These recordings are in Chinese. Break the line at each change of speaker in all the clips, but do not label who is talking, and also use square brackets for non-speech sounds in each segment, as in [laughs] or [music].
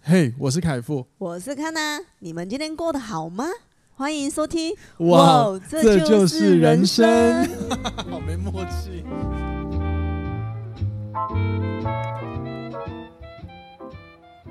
嘿我是凯富，
我是康娜，你们今天过得好吗？欢迎收听，
哇，这
就
就是人生
生。，
[laughs] 好没默契。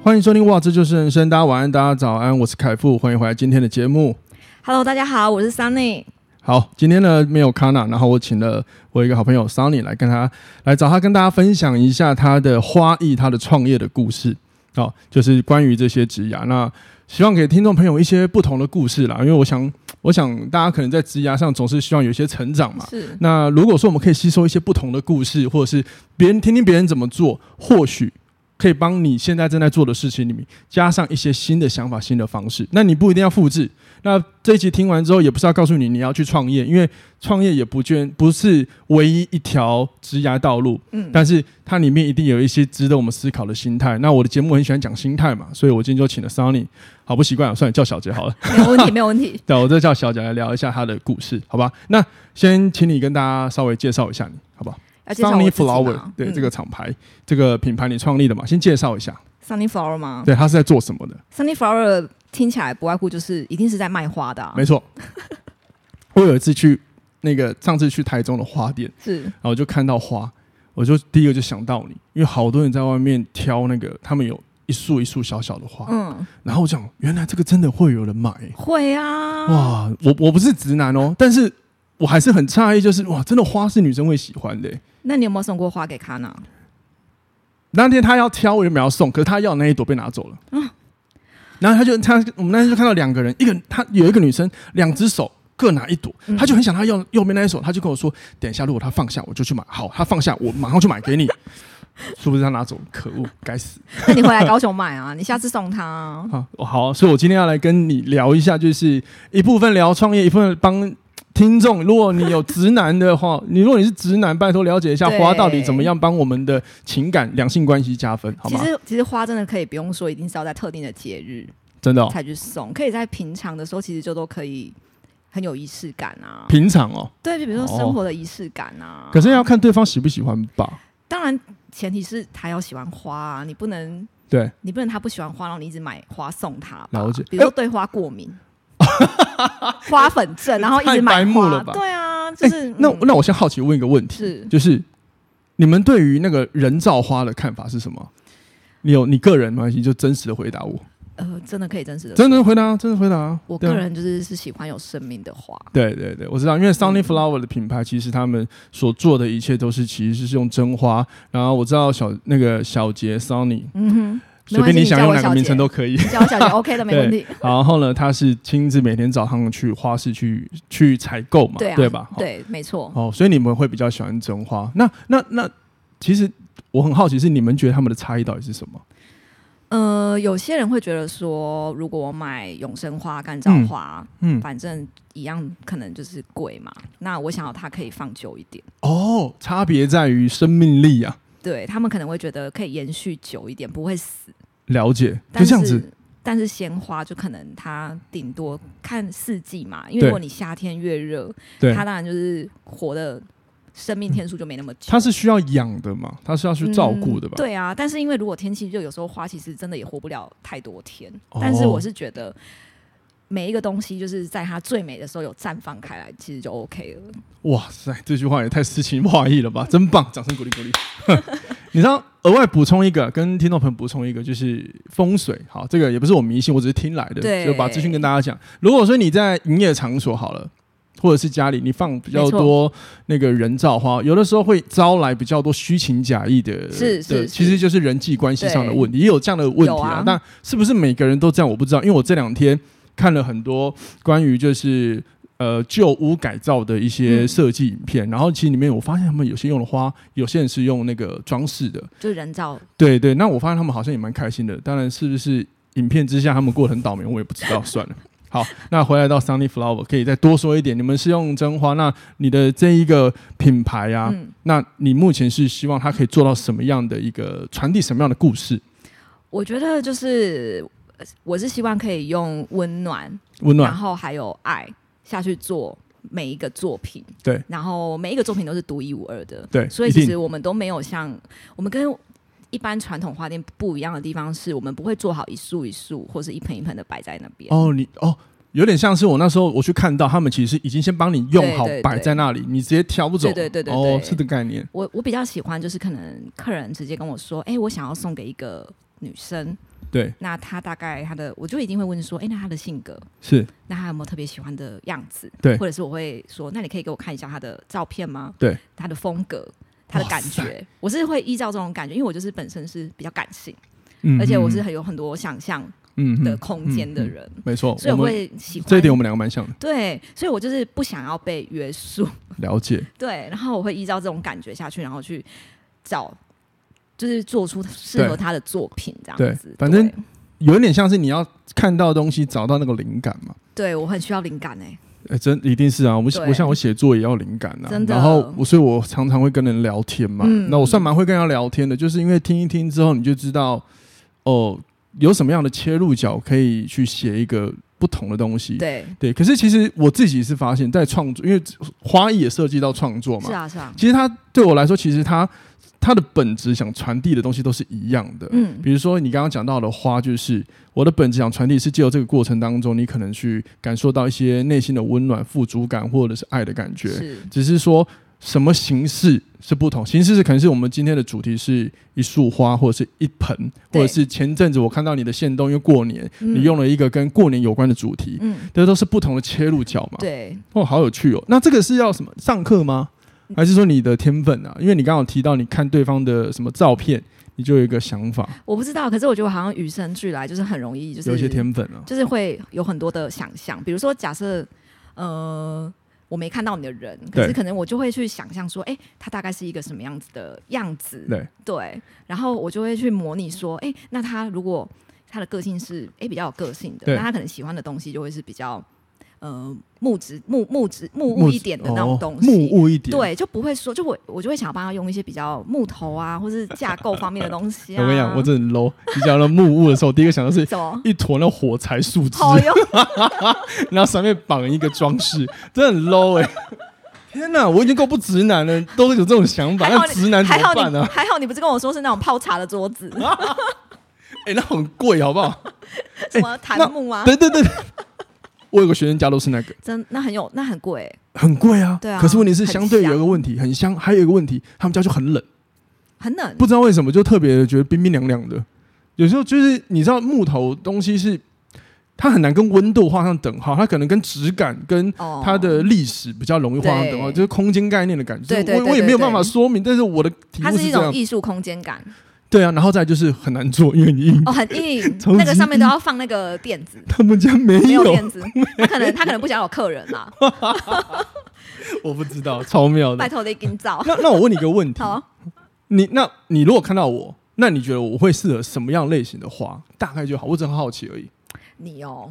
欢迎收听《哇，这就是人生》。大家晚安，大家早安，我是凯富，欢迎回来今天的节目。
Hello，大家好，我是 Sunny。
好，今天呢没有康娜，然后我请了我一个好朋友 Sunny 来跟他来找他跟大家分享一下他的花艺、他的创业的故事。好、就是关于这些职涯，那希望给听众朋友一些不同的故事啦，因为我想，我想大家可能在职涯上总是希望有一些成长嘛。
是，
那如果说我们可以吸收一些不同的故事，或者是别人听听别人怎么做，或许可以帮你现在正在做的事情里面加上一些新的想法、新的方式。那你不一定要复制。那这一集听完之后，也不是要告诉你你要去创业，因为创业也不捐不是唯一一条职涯道路，
嗯，
但是它里面一定有一些值得我们思考的心态。那我的节目很喜欢讲心态嘛，所以我今天就请了 Sunny，好不习惯啊，算了，叫小杰好了。
没有问题，没有问题。
对，我这叫小贾来聊一下他的故事，好吧？那先请你跟大家稍微介绍一下你，好不好
要介绍我
Sunny
自己
Flower，
吗
对、
嗯
这个厂牌、这个品牌你创立的嘛，先介绍一下，
Sunny Flower 吗？
对，他是在做什么的？
，Sunny Flower 听起来不外乎就是一定是在卖花的、啊，
没错，我有一次去那个上次去台中的花店，
是
然后就看到花，我就第一个就想到你，因为好多人在外面挑那个，他们有一束一束小小的花，
嗯，
然后我想，原来这个真的会有人买、欸
会啊，，
哇，我我不是直男哦，但是我还是很诧异，就是哇，真的花是女生会喜欢的欸、
那你有没有送过花给卡娜？
那天他要挑，我原本要送，可是他要的那一朵被拿走了。然后他就他我们那天就看到两个人，一个他有一个女生，两只手各拿一朵，他就很想他要右边那一手，他就跟我说，等一下如果他放下我就去买，好，他放下我马上去买给你。 [laughs] 是不是他拿走了？可恶，该死！
那你回来高雄买啊，你下次送她、啊。
啊，哦好，所以我今天要来跟你聊一下，就是一部分聊创业，一部分帮听众。如果你有直男的话，你如果你是直男，拜托了解一下
对
花到底怎么样帮我们的情感、两性关系加分，好
其
吗？
实，其实花真的可以不用说，一定是要在特定的节日
真的、哦，
才去送，可以在平常的时候，其实就都可以很有仪式感啊。
平常哦，
对，就比如说
哦
生活的仪式感啊。
可是要看对方喜不喜欢吧。
当然前提是他要喜欢花啊，你不能
对，
你不能他不喜欢花，然后你一直买花送他吧。
了解
比如说对花
[laughs]
过敏，花粉症，然后一直买
太白
花。
目了吧
对啊，就是、
哎那
嗯
那我先好奇问一个问题，
是
就是你们对于那个人造花的看法是什么？你有你个人没关系，就真实的回答我，
呃，真的可以真实的，
真的回答啊，真的回答啊。
我
对啊
个人就是是喜欢有生命的花。
对对对，我知道，因为 Sunny Flower 的品牌，其实他们所做的一切都是其实是用真花。然后我知道小那个小杰 Sunny，
嗯哼，
随便你想用哪个
没关系
名称都可以。
你叫我小姐 OK 的，没问题。
[laughs] 然后呢，他是亲自每天早上去花市去去采购嘛，
对啊，
吧？好
对，没错。
哦，所以你们会比较喜欢真花。那那那，其实我很好奇，是你们觉得他们的差异到底是什么？
呃，有些人会觉得说，如果我买永生花、干燥花，
嗯，
反正一样，可能就是贵嘛。那我想要它可以放久一点。
哦，差别在于生命力啊，
对他们可能会觉得可以延续久一点，不会死。
了解，就
但是
这样子，
但是鲜花就可能它顶多看四季嘛，因
对
为如果你夏天越热，
对。
它当然就是活的生命天数就没那么久。
它是需要养的嘛，它是要去照顾的吧
嗯？对啊，但是因为如果天气热，有时候花其实真的也活不了太多天。
哦
但是我是觉得。每一个东西就是在它最美的时候有绽放开来，其实就 OK 了。
哇塞，这句话也太诗情画意了吧！真棒，掌声鼓励鼓励。 [laughs] 你知道，额外补充一个，跟听众朋友补充一个，就是风水。好，这个也不是我迷信，我只是听来的，
对
就把资讯跟大家讲。如果说你在营业场所好了，或者是家里，你放比较
没错
多那个人造花，有的时候会招来比较多虚情假意的，
是
的
是
其实就是人际关系上的
对
问题，也有这样的问题
有
啊
啊。
那是不是每个人都这样？我不知道，因为我这两天看了很多关于就是呃旧屋改造的一些
嗯
设计影片，然后其实里面我发现他们有些用的花，有些人是用那个装饰的，
就是人造
对对。那我发现他们好像也蛮开心的，当然是不是影片之下他们过得很倒霉，我也不知道，
[laughs]
算了。好，那回来到 Sunny Flower，可以再多说一点。你们是用真花，那你的这一个品牌啊，
嗯
那你目前是希望它可以做到什么样的一个传递什么样的故事？
我觉得就是呃我是希望可以用温暖，
温
然
暖，
后还有爱下去做每一个作品。
对，
然后每一个作品都是独一无二的。
对
所以
一定
其实我们都没有像我们跟一般传统花店不一样的地方是，我们不会做好一束一束或是一盆一盆的摆在那边。
哦，你哦，有点像是我那时候我去看到他们其实已经先帮你用好
对对对
摆在那里，你直接挑走。
对对对对
哦
对，
是的概念。
我我比较喜欢就是可能客人直接跟我说，哎、我想要送给一个女生，
对，
那她大概她的，我就一定会问说，哎、那她的性格，
是
那她有没有特别喜欢的样子？
对
或者是我会说，那你可以给我看一下她的照片吗？
对，
她的风格，她的感
哇
觉，我是会依照这种感觉，因为我就是本身是比较感性，
嗯
而且我是很有很多想象
嗯
的
嗯
空间的人，
没错，
所以
我
我
们
会喜欢
这一点我们两个蛮像的，
对，所以我就是不想要被约束，
了解。
对，然后我会依照这种感觉下去，然后去找，就是做出适合他的作品这样子
对。
对
反正有点像是你要看到的东西，找到那个灵感嘛。
对我很需要灵感哎、
哎，真一定是啊！我写
对
我像我写作也要灵感啊，
真的
然后我所以，我常常会跟人聊天嘛。
嗯
那我算蛮会跟人家聊天的，就是因为听一听之后，你就知道哦、有什么样的切入角可以去写一个不同的东西。
对，
对，可是其实我自己是发现，在创作，因为花艺也涉及到创作嘛。
是啊是啊，
其实它对我来说，其实它它的本质想传递的东西都是一样的。
嗯，
比如说你刚刚讲到的花，就是我的本质想传递是借由这个过程当中，你可能去感受到一些内心的温暖、富足感或者是爱的感觉。
是
只是说什么形式是不同，形式是可能是我们今天的主题是一束花，或者是一盆，或
对
者是前阵子我看到你的线动，因为过年、
嗯
你用了一个跟过年有关的主题，
嗯，
这都是不同的切入角嘛。
对，
哦，好有趣哦！那这个是要什么上课吗？
嗯
还是说你的天分啊？因为你刚好提到你看对方的什么照片，你就有一个想法，
我不知道，可是我觉得我好像与生俱来就是很容易就是
有一些天分啊。
就是会有很多的想象，比如说假设呃我没看到你的人，可
对
是可能我就会去想象说，哎、他大概是一个什么样子的样子，
对，
对，然后我就会去模拟说，哎、那他如果他的个性是哎、诶比较有个性的，
对
那他可能喜欢的东西就会是比较呃木质木木质木
木
木一点的那种
哦
东
木
西。
物一点。，
对，啊就不会说，就我我就会想要帮他用一些比较木头啊，或是架构方面的东西
[laughs]
啊。
我跟你讲，我真的很 low。你讲到木物的时候，第一个想到
[laughs]
是
怎么
一坨那火柴树枝，
好用？
[laughs] 然后上面绑一个装饰，真的很 low 哎、天哪，我已经够不直男了，都有这种想法，
还好
那
你
直男怎
还
么
好你
办呢、啊？
还好你不是跟我说是那种泡茶的桌子，
哎、那很贵好不好？
什么檀木啊？
对对对，我有个学生家都是那个。
真那很有那很贵欸，
很贵啊，
对啊
可是问题是，
很
相对有
香
一个问题，很香，还有一个问题，他们家就很冷，
很冷。
不知道为什么就特别觉得冰冰凉凉的。有时候就是你知道木头东西是，它很难跟温度画上等号，它可能跟质感跟
哦
它的历史比较容易画上等号，
对
就是空间概念的感觉。
对对
我
对
我也没有
对对
办法说明，但是我的题
它
目
是一
是这
种
样。
艺术空间感
对啊，然后再来就是很难做，因为你硬。
哦，很硬
[laughs] 超，
那个
级
上面都要放那个垫子，
他们家没
没有
有，
垫子，他可能他可能不想有客人
[laughs]
啦，
我不知道，超妙
拜
的。
托得营造
那那我问你一个问题，
好。啊
你那，你如果看到我，那你觉得我会适合什么样类型的花？大概就好，我只很好奇而已。
你哦，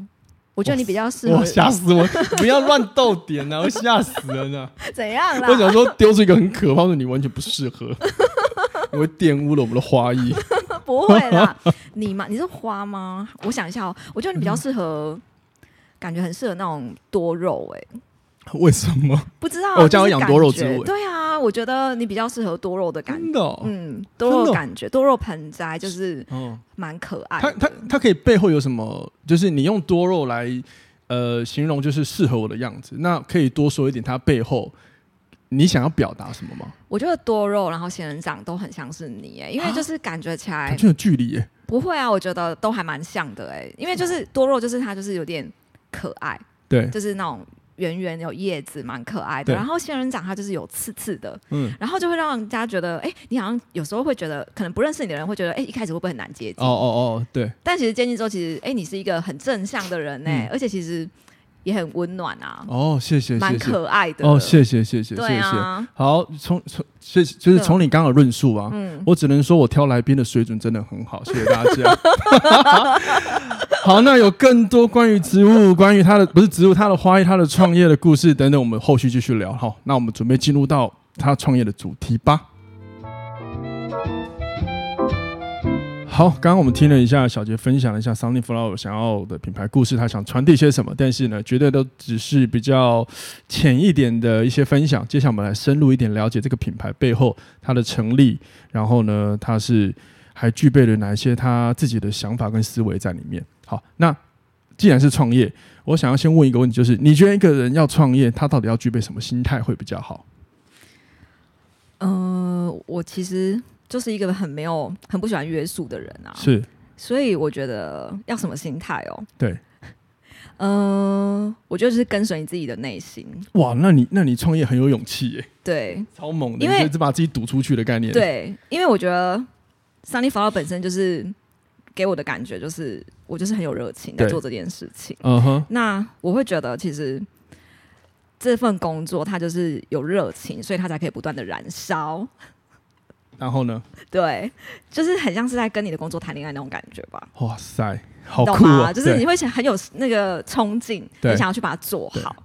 我觉得你比较适合
哇，吓死我！不要乱逗点
[laughs]
啊，会吓死人啊！
怎样
我想
啦？
说丢出一个很可怕的，你完全不适合，
[laughs]
你会玷污了我们的花艺。
不会啦， [laughs] 你嘛，你是花吗？我想一下哦，我觉得你比
嗯
较适合，感觉很适合那种多肉哎，
为什么？
不知道啊
哦我家
就
有
是
养
感
多肉
觉
植物欸
对啊，我觉得你比较适合多肉的感觉。
真的、哦？
嗯，多
真的
肉
哦
感觉，多肉盆栽就是
哦，
蛮可爱
它
的。
它它可以背后有什么？就是你用多肉来呃形容，就是适合我的样子。那可以多说一点，它背后你想要表达什么吗？
我觉得多肉，然后仙人掌都很像是你哎，因为就是感觉起来
感啊觉有距离耶、
不会啊，我觉得都还蛮像的哎，因为
啊
就是多肉，就是它就是有点可爱，
对，
就是那种圆圆有叶子，蛮可爱
对
的。然后仙人掌它就是有刺刺的，
嗯，
然后就会让人家觉得，哎，你好像有时候会觉得，可能不认识你的人会觉得，哎，一开始会不会很难接近？
哦哦哦，对，
但其实接近之后，其实哎，你是一个很正向的人
嗯，
哎而且其实也很温暖啊，
哦，谢谢，
蛮
谢谢，
可爱的
哦，谢谢，谢谢，谢
对
谢。
啊，
好，从从谢谢就是从你刚刚的论述啊，
嗯，
我只能说我挑来宾的水准真的很好，谢谢大家。 [laughs] 好，那有更多关于植物、关于它的不是植物，它的花艺、它的创业的故事等等，我们后续继续聊。好，那我们准备进入到他创业的主题吧。好，刚刚我们听了一下小杰分享了一下 Sunny Flower 想要的品牌故事，他想传递些什么，但是呢，觉得都只是比较浅一点的一些分享。接下来我们来深入一点了解这个品牌背后它的成立，然后呢，它是还具备了哪一些他自己的想法跟思维在里面。好，那既然是创业，我想要先问一个问题，就是你觉得一个人要创业，他到底要具备什么心态会比较好？
呃，我其实就是一个很没有、很不喜欢约束的人啊，
是
所以我觉得要什么心态哦？
对，
嗯、我觉得就是跟随你自己的内心，
哇，那你那你创业很有勇气耶、
对
超猛的，
因为
你就是把自己赌出去的概念。，
对，因为我觉得三 D 法老本身就是给我的感觉就是我就是很有热情在
对
做这件事情，
嗯哼，
那我会觉得其实。这份工作，它就是有热情，所以它才可以不断的燃烧。
然后呢？
对，就是很像是在跟你的工作谈恋爱那种感觉吧。
哇塞，好
懂
酷
吗？
啊！
就是
对
你会想很有那个冲劲，
对
你想要去把它做好。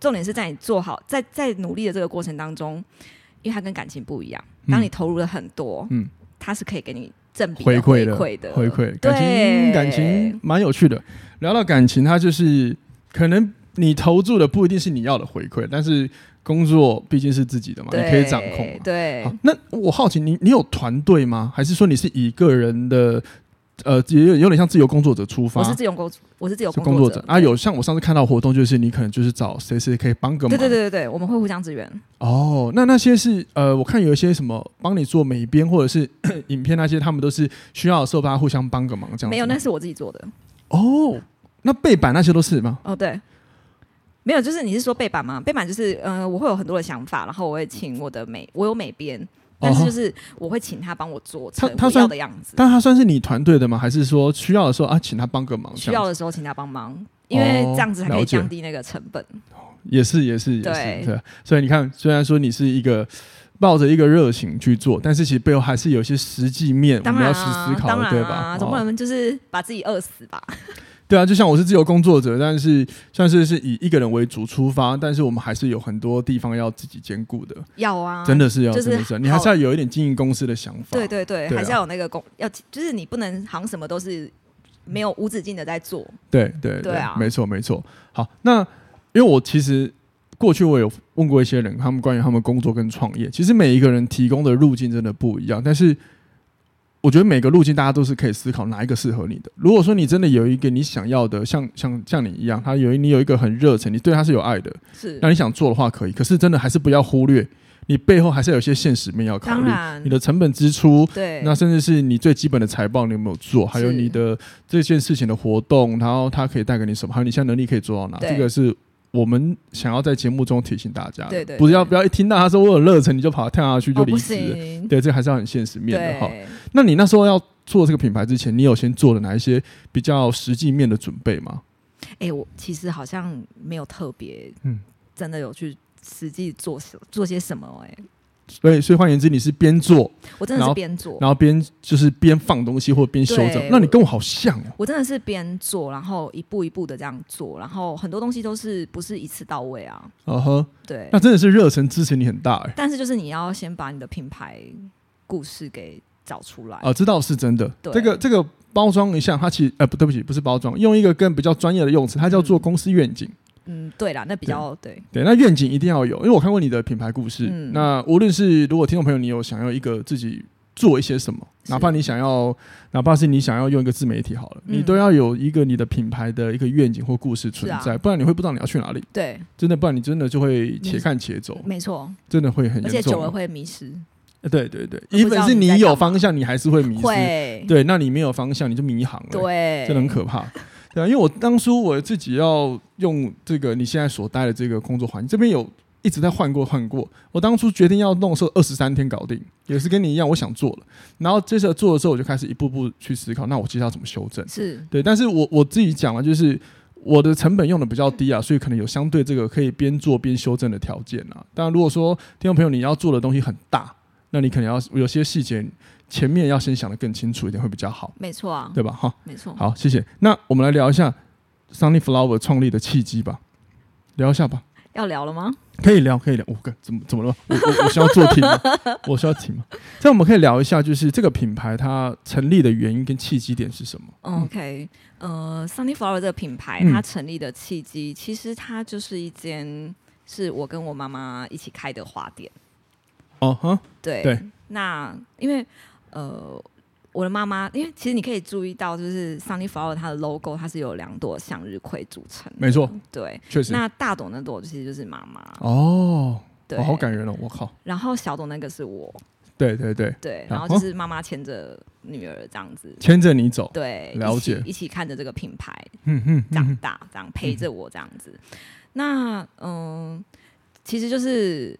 重点是在你做好，在在努力的这个过程当中，因为它跟感情不一样，当你投入了很多，
嗯
它是可以给你正比
回
馈
馈的
馈的
回馈感情
对
感情蛮有趣的。聊到感情，它就是可能你投注的不一定是你要的回馈，但是工作毕竟是自己的嘛，你
对
可以掌控嘛。
对
好，那我好奇你，你有团队吗？还是说你是以个人的，呃，也有有点像自由工作者出发？
我是自由工，我是自由
是
工
作
者
啊，。有像我上次看到活动，就是你可能就是找谁谁可以帮个
对
忙。
对对对对，我们会互相支援。
哦，那那些是呃，我看有一些什么帮你做美编或者是 [clears throat] 影片那些，他们都是需要的时候大家互相帮个忙这样子吗。
没有，那是我自己做的。
哦，那背板那些都是吗？
哦，对，没有，就是你是说背板吗？背板就是，呃，我会有很多的想法，然后我会请我的美，我有美编，但是就是我会请他帮我做成
哦他他
我
算
要的样子，
但它算是你团队的吗？还是说需要的时候啊，请他帮个忙？
需
这
要
样子
的时候请他帮忙，因为
哦
这样子才可
了
以
解
降低那个成本。
也是也是也
对
是对。啊所以你看，虽然说你是一个抱着一个热情去做，但是其实背后还是有一些实际面我
当
们要
然
去
啊
思，考
当
的，
然
对
啊，
吧？
总不
哦
能就是把自己饿死吧？
对啊，就像我是自由工作者，但是算是是以一个人为主出发，但是我们还是有很多地方要自己兼顾的。
要啊，
真。的是要，
就是
真的是要，你还
好
是要有一点经营公司的想法。
对对对，
对啊
还是要有那个工，要就是你不能好像什么都是没有无止境的在做，
对对对
对啊
没错没错。好，那因为我其实过去我有问过一些人，他们关于他们工作跟创业，其实每一个人提供的路径真的不一样，但是。我觉得每个路径大家都是可以思考哪一个适合你的。如果说你真的有一个你想要的，像像像你一样，他有一你有一个很热忱，你对他是有爱的，
是
那你想做的话可以，可是真的还是不要忽略，你背后还是有一些现实面要考
当
虑，
然
你的成本支出，
对，
那甚至是你最基本的财报你有没有做，还有你的这件事情的活动，然后它可以带给你什么，还有你现在能力可以做到哪，
对
这个是我们想要在节目中提醒大家的。
对对
不是要
对
不要一听到他说我有热忱你就跑跳下去就
哦
离
不
职了，
行，
对，这个还是要很现实面的哈。
对。
那你那时候要做这个品牌之前，你有先做了哪一些比较实际面的准备吗？
哎、我其实好像没有特别，
嗯
真的有去实际做什做些什么、欸。
所以，所以换言之，你是边做，
我真的
然后
是边做，
然后边就是边放东西或边修整
对，
那你跟我好像哦。
我真的是边做，然后一步一步的这样做，然后很多东西都是不是一次到位啊，
嗯哼，
对
那。真的是热忱支持你很大哎、
但是就是你要先把你的品牌故事给找出来，
啊，这倒是真的。
对
这个这个包装一下，它其实呃不对不起，不是包装，用一个更比较专业的用词，它叫做公司愿景。
嗯，对啦，那比较对，
对，那愿景一定要有，因为我看过你的品牌故事。
嗯
那无论是如果听众朋友你有想要一个自己做一些什么，
是
哪怕你想要，哪怕是你想要用一个自媒体好了，
嗯
你都要有一个你的品牌的一个愿景或故事存
是啊
在，不然你会不知道你要去哪里。
对，
真的，不然你真的就会且看且走，
没错，
真的会很
嗯而
严
且久
重。
了
啊
会迷失，
呃对对对，
不知
即
道
本是
你在
你有
干嘛
方向，你还是会迷失。
会，
对，那你没有方向，你就迷航了。
对，
真的很可怕。对啊，因为我当初我自己要用这个你现在所待的这个工作环境，这边有一直在换过换过。我当初决定要弄的时候，二十三天搞定，也是跟你一样，我想做了。然后接着做的时候，我就开始一步步去思考，那我接下来要怎么修正？
是，
对，但是我我自己讲了，就是我的成本用的比较低啊，所以可能有相对这个可以边做边修正的条件啊。当然，如果说听众朋友你要做的东西很大，那你可能要有些细节前面要先想得更清楚一点会比较好，
没错啊，
对吧？哈。
没错。
好，谢谢。那我们来聊一下 Sunny Flower 创立的契机吧，聊一下吧。
要聊了吗？
可以聊，可以聊。我、哦、干怎么怎么了吗？我我我需要做题
[laughs]
吗？我需要题吗？这样我们可以聊一下，就是这个品牌它成立的原因跟契机点是什么？
OK，呃，Sunny Flower 这个品牌，
嗯
它成立的契机，其实它就是一间是我跟我妈妈一起开的花店。
哦哈，
对，
对
那因为呃，我的妈妈，因为其实你可以注意到，就是 Sunny Flower 它的 logo 它是有两朵向日葵组成的，
没错，
对。
确实。
那大朵那朵其实就是妈妈，
哦，
对，
哇好感人哦！我靠，
然后小朵那个是我，
对对对，
对，
然
然
后
后就是妈妈牵着女儿这样子，
牵着你走，
对，
了
一起
解
一起看着这个品牌
嗯哼嗯
长
哼，
大，这样陪着我这样子。那嗯，其实就是。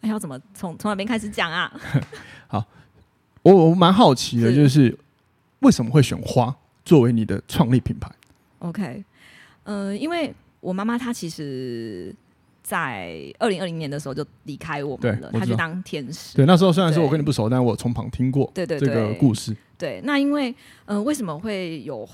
哎，要怎么从从哪边开始讲啊？
我我蛮好奇的，
是
就是为什么会选花作为你的创立品牌？
OK，嗯、因为我妈妈她其实，在二零二零年的时候就离开我
对
们了，
我
她
知
去
道
当天使。
对，那时候虽然说
对
我跟你不熟，但我从旁听过
对对
这个
对，
故事，
对。那因为，嗯、为什么会有？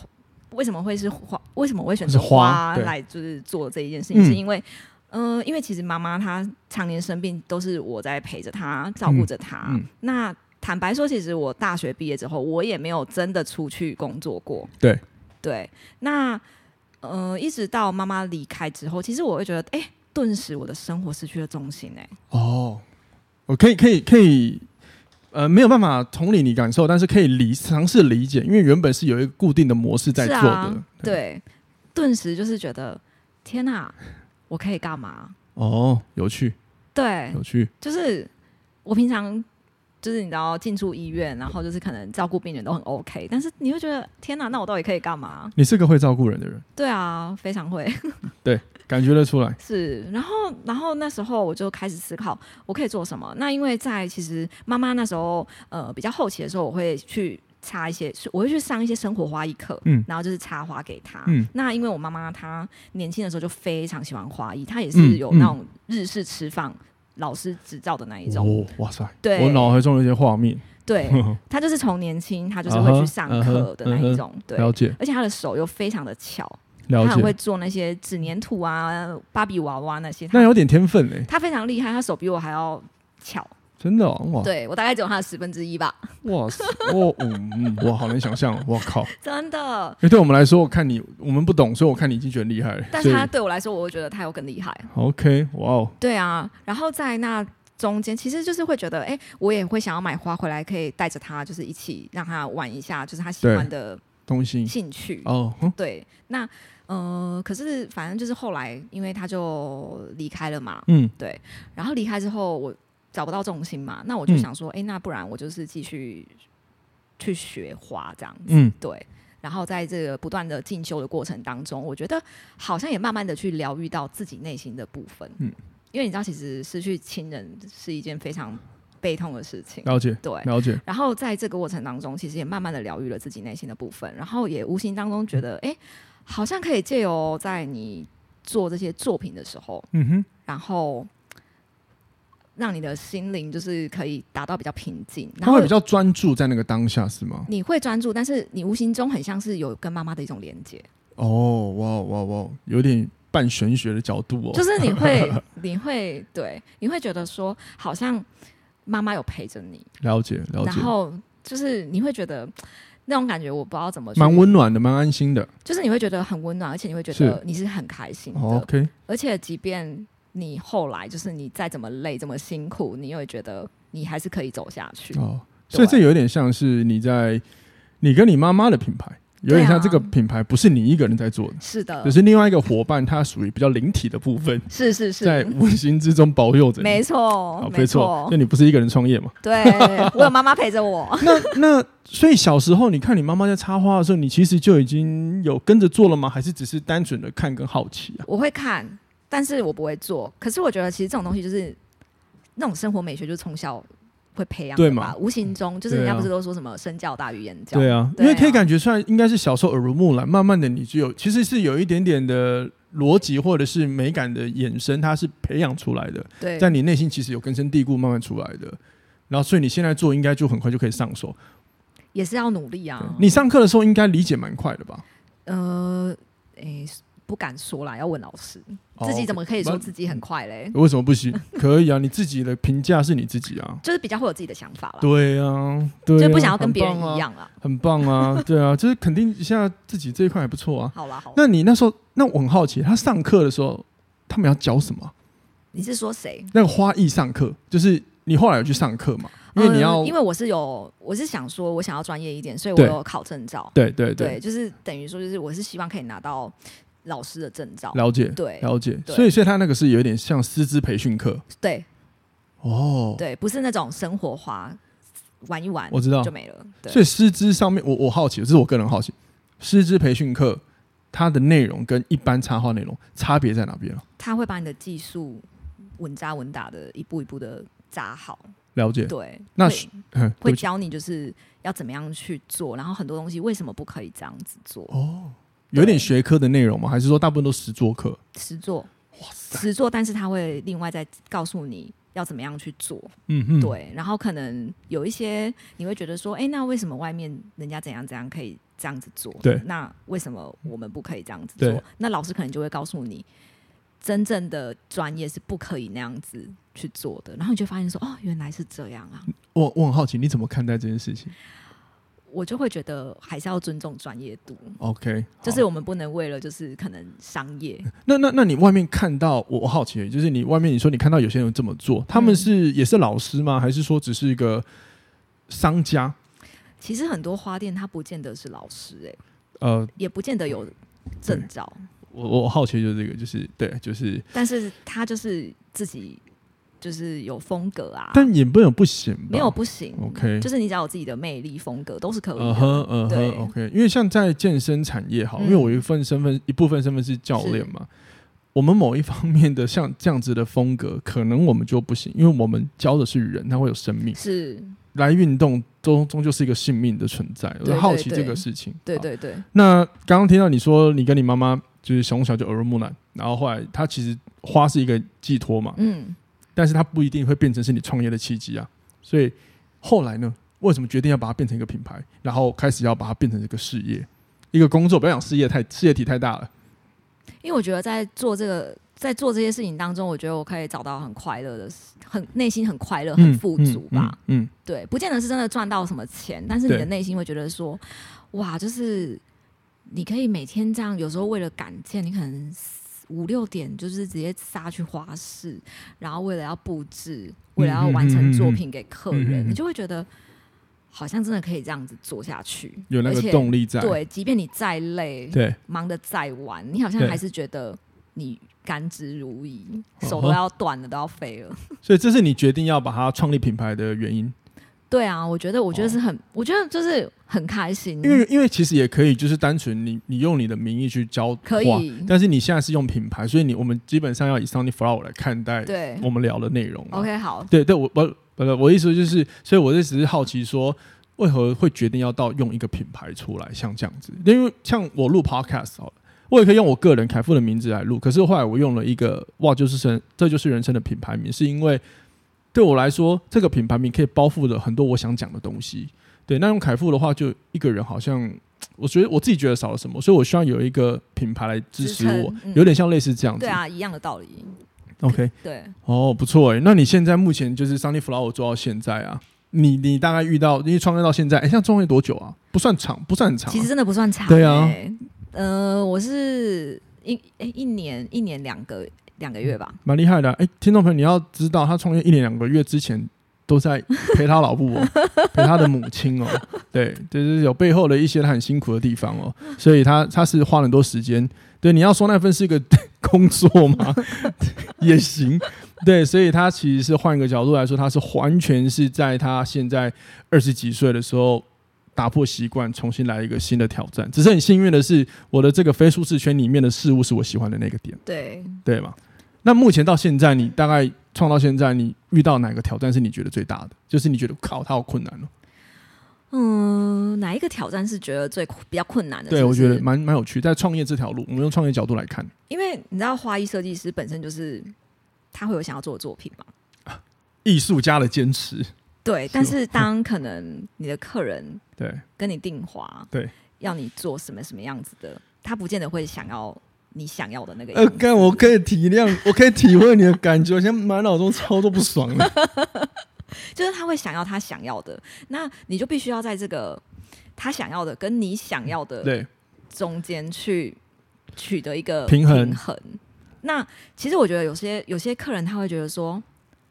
为什么会是花？为什么我会选
是
择
花
花
对
来就是做这一件事情？是
嗯
因为，嗯、因为其实妈妈她常年生病，都是我在陪着她，照顾着她。
嗯
那坦白说，其实我大学毕业之后，我也没有真的出去工作过。
对
对，那呃，一直到妈妈离开之后，其实我会觉得，哎、顿时我的生活失去了重心、哎，
哦，我可以可以可以，呃，没有办法同理你感受，但是可以理尝试理解，因为原本是有一个固定的模式在
是
做
啊
的，，
对，顿时就是觉得，天哪、我可以干嘛？
哦，有趣
对，
有趣，
就是我平常就是你知道进出医院，然后就是可能照顾病人都很 OK，但是你会觉得，天哪、那我到底可以干嘛？
你是个会照顾人的人，
对啊，非常会。
感觉得出来，
是，然后然后那时候我就开始思考我可以做什么。那因为在其实妈妈那时候呃比较后期的时候，我会去插一些，我会去上一些生活花艺课，
嗯
然后就是插花给她。
嗯
那因为我妈妈她年轻的时候就非常喜欢花艺，她也
嗯
是有
嗯
那种日式吃饭。老师执照的那一种，
哦，哇塞，
对
我脑海中有一些画面， [laughs]
对她就是从年轻，她就是会
啊哈
去上
嗯哼
课的那一种，对，
了解
而且她的手又非常的巧，
了
她很会
解，
做那些纸粘土啊、芭比娃娃那些，她
那有点天分嘞，
他非常厉害，他手比我还要巧。
真的哦哇，
对我大概只有他的十分之一吧， [laughs]
哇塞，我嗯嗯，我好难想象，我靠！
真的。
因为对我们来说，我看你我们不懂，所以我看你已经觉得厉害了。
但
所
是
以
他对我来说，我会觉得他有更厉害。
OK，哇哦，
对啊，然后在那中间，其实就是会觉得，哎、我也会想要买花回来，可以带着他，就是一起让他玩一下，就是他喜欢的
东西
兴趣。
哦，哼
对，那呃，可是反正就是后来，因为他就离开了嘛，
嗯，
然后离开之后，我找不到重心嘛，那我就
嗯
想说，哎、那不然我就是继续去学花这样子。
嗯
对。然后在这个不断的进修的过程当中，我觉得好像也慢慢的去疗愈到自己内心的部分。
嗯
嗯，因为你知道，其实失去亲人是一件非常悲痛的事情。
了解，
对。
了解，
然后在这个过程当中，其实也慢慢的疗愈了自己内心的部分，然后也无形当中觉得，哎，好像可以借由在你做这些作品的时候，
嗯哼，
然后让你的心灵就是可以达到比较平静，
他
然后
会比较专注在那个当下，是吗？
你会专注，但是你无形中很像是有跟妈妈的一种连
[laughs]
接，
哦，哇哦哇哦哇哦，有点半玄学的角度哦，
就是你
[laughs]
会你会对你会觉得说好像妈妈有陪着你，
了解了
然
解，
后就是你会觉得。那种感觉我不知道怎么去，
蛮温暖的，蛮安心的。
就是你会觉得很温暖，而且你会觉得你是很开心的，
哦 OK，
而且即便你后来就是你再怎么累、怎么辛苦，你也会觉得你还是可以走下去。
哦，所以这有点像是你在你跟你妈妈的品牌，有点像这个品牌不是你一个人在做的。
是的
只，是另外一个伙伴，他属于比较灵体的部分，
是是是，
在无形之中保佑着你。
没
好
错，
没
没
错，就，你不是一个人创业嘛？ [laughs]
对我有妈妈陪着我，
那 [laughs] 那所以小时候你看你妈妈在插花的时候，你其实就已经有跟着做了吗？还是只是单纯的看跟好奇啊？
我会看，但是我不会做。可是我觉得其实这种东西就是那种生活美学，就是从小会培养的
对
吧
嘛
无形中就是人
对啊
家不是都说什么身教大于言教，
对啊，因
对啊
为可以感觉出来，应该是小时候耳濡目染，慢慢的你就有其实是有一点点的逻辑或者是美感的衍生，它是培养出来的，
对
在你内心其实有根深蒂固，慢慢出来的。然后，所以你现在做应该就很快就可以上手。
也是要努力
对
啊。
你上课的时候应该理解蛮快的吧？
呃，诶、不敢说啦，要问老师，自己怎
么、
么可以说自己很快嘞？
哦为什么不行？可以啊，你自己的评价是你自己啊。
就是比较会有自己的想法啦，
对啊，对啊，
就不想要跟别人
很棒啊
一样啦。
很棒啊， [laughs] 对啊，就是肯定一下自己这一块还不错啊。
好啦，好啦，
那你那时候，那我很好奇，他上课的时候，他们要教什么啊？
你是说谁？
那个花艺上课，就是你后来有去上课嘛？因为你要，
嗯因为我是有，我是想说，我想要专业一点，所以我
对
有考证照。
对对
对，
对，
就是等于说，就是我是希望可以拿到老师的证照。
了解
对
了解，
对
所以所以他那个是有点像师资培训课
对
哦。
对，不是那种生活化玩一玩
我知道
就没了。对
所，以师资上面，我我好奇，这是我个人好奇，师资培训课它的内容跟一般插画内容差别在哪边啊？
他会把你的技术稳扎稳打的一步一步的扎好。
了解，
对，
那
会
是嗯，对不
会
起
教你就是要怎么样去做，然后很多东西为什么不可以这样子做？
哦，有点学科的内容吗？还是说大部分都实作课？
实做，实做，但是他会另外再告诉你要怎么样去做。
嗯嗯，
对，然后可能有一些你会觉得说，哎、那为什么外面人家怎样怎样可以这样子做？
对
那为什么我们不可以这样子
对
做？那老师可能就会告诉你，真正的专业是不可以那样子去做的。然后你就发现说，哦，原来是这样啊！
我我很好奇，你怎么看待这件事情
我就会觉得还是要尊重专业度，
？OK，好
就是我们不能为了就是可能商业，
那那那你外面看到我我好奇，就是你外面你说你看到有些人这么做，他们
嗯
是、也是老师吗？还是说只是一个商家？
其实很多花店它不见得是老师、哎，
呃，
也不见得有证照，
我我好奇就是这个，就是对，就是，
但是他就是自己就是有风格啊，
但也不能不行吧？
没有不行
OK
就是你只要有自己的魅力、风格都是可以的。
嗯哼嗯
对
哼，OK，因为像在健身产业好，
嗯
因为我有一份身份一部分身份是教练嘛，我们某一方面的像这样子的风格，可能我们就不行，因为我们教的是人，他会有生命，
是，
来运动终终究是一个性命的存在，我
对
就
对
好奇
对
这个事情。
对
好
对对，
那刚刚听到你说你跟你妈妈就是从小就耳濡目染，然后后来她其实花是一个寄托嘛，
嗯，
但是它不一定会变成是你创业的契机啊。所以后来呢，为什么决定要把它变成一个品牌，然后开始要把它变成一个事业，一个工作？不要讲事业太事业体太大了。
因为我觉得在做这个。在做这些事情当中，我觉得我可以找到很快乐的、很内心很快乐、很富足吧。
嗯，嗯，嗯
对，不见得是真的赚到什么钱，但是你
对
的内心会觉得说，哇，就是你可以每天这样，有时候为了赶件，你可能五六点就是直接杀去花市，然后为了要布置，为了
嗯
要完成作品给客
嗯嗯嗯嗯
人，
嗯
你就会觉得好像真的可以这样子做下去，
有那
而
个
且
动力在。
对，即便你再累，
对
忙得再晚，你好像
对
还是觉得你甘之如饴，
哦
手都要断了，都要废了。
所以这是你决定要把它创立品牌的原因。
对啊，我觉得，我觉得是很，我觉得就是很开心，
哦因为因为其实也可以，就是单纯你你用你的名义去教
可以
画，但是你现在是用品牌，所以你我们基本上要以 Sunny Flower 来看待
对
我们聊的内容嘛。啊
，OK，好，
对对，我我呃，我意思就是，所以我就只是好奇说，为何会决定要到用一个品牌出来，像这样子？因为像我录 podcast 好了，我也可以用我个人凯富的名字来录，可是后来我用了一个哇，就是生，这就是人生的品牌名，是因为对我来说，这个品牌名可以包覆了很多我想讲的东西。对，那用凯富的话，就一个人好像。我觉得我自己觉得少了什么，所以我希望有一个品牌来支持
支撑
我，
嗯
有点像类似这样子。
对啊，一样的道理，
OK，
对，
哦，不错哎。那你现在目前就是 Sunny Flower 做到现在啊？你你大概遇到，因为创业到现在，哎，像创业多久啊？不算长，不算很长啊、
其实真的不算长、欸，
对啊，
呃，我是一诶一年一年两个两个月吧，
蛮厉害的啊。哎，听众朋友，你要知道，他创业一年两个月之前都在陪他老婆、哦，陪他的母亲哦。对，就是有背后的一些他很辛苦的地方哦，所以他他是花了很多时间。对，你要说那份是一个 [laughs] 工作吗？ [laughs] 也行。对，所以他其实是换一个角度来说，他是完全是在他现在二十几岁的时候。打破习惯，重新来一个新的挑战。只是很幸运的是，我的这个非舒适圈里面的事物是我喜欢的那个点。
对，
对嘛？那目前到现在，你大概创到现在，你遇到哪个挑战是你觉得最大的？就是你觉得靠，它好困难哦。
嗯，哪一个挑战是觉得最比较困难的
对，
是不
我
是
觉得蛮蛮有趣，在创业这条路，我们用创业角度来看，
因为你知道花艺设计师本身就是他会有想要做的作品嘛，
艺术家的坚持，
对，
是
但是当可能你的客人
对
跟你订花，
对，
要你做什么什么样子的，他不见得会想要你想要的那个样
呃，
子。
干，我可以体谅，我可以体会你的感觉，我现在满脑中超多不爽的。
就是他会想要他想要的，那你就必须要在这个他想要的跟你想要的
对，
中间去取得一个
平衡
衡那其实我觉得有些有些客人他会觉得说，